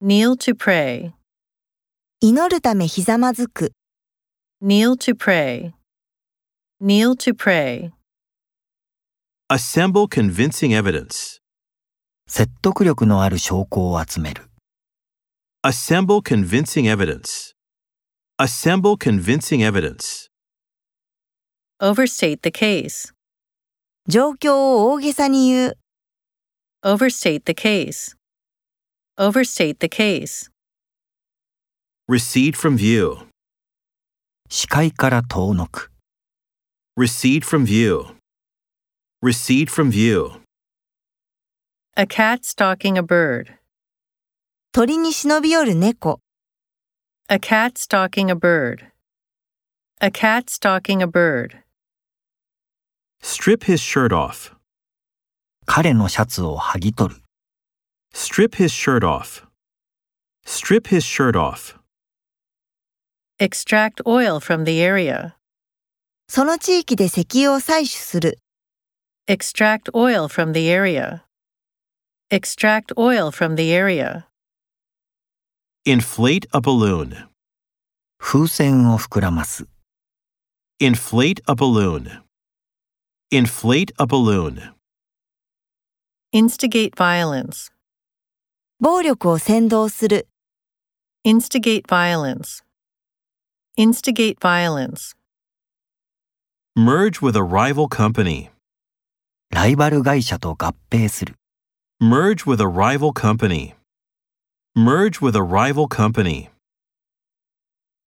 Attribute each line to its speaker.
Speaker 1: Kneel to pray.
Speaker 2: 祈るためひざまずく、
Speaker 1: Kneel to pray. Kneel to pray.
Speaker 3: Assemble convincing evidence.
Speaker 4: 説得力のある証拠を集める。
Speaker 3: Assemble convincing evidence. Assemble convincing evidence.
Speaker 1: Overstate the case.
Speaker 2: 状況を大げさに言う、
Speaker 1: Overstate the case. Overstate the case.
Speaker 3: Recede from view.
Speaker 4: 視界から遠のく。
Speaker 3: Recede from view. Recede from view.
Speaker 1: A cat stalking a bird.
Speaker 2: 鳥に忍び寄る猫、
Speaker 1: A cat stalking a bird. A cat stalking a bird.
Speaker 3: Strip his shirt off.
Speaker 4: 彼のシャツを剥ぎ取る。
Speaker 3: Strip his shirt off. Strip his shirt off.
Speaker 1: Extract oil from the area.
Speaker 2: その地域で石油を採取する、
Speaker 1: Extract oil from the area. Extract oil from the area.
Speaker 3: Inflate a balloon.
Speaker 4: 風船を膨らます。
Speaker 3: Inflate a balloon. Inflate a balloon.
Speaker 1: Instigate violence.
Speaker 2: 暴力を扇動する、
Speaker 1: Instigate violence. Instigate violence.
Speaker 3: Merge with a rival company.
Speaker 4: ライバル会社と合併する。
Speaker 3: Merge with a rival company. Merge with a rival company.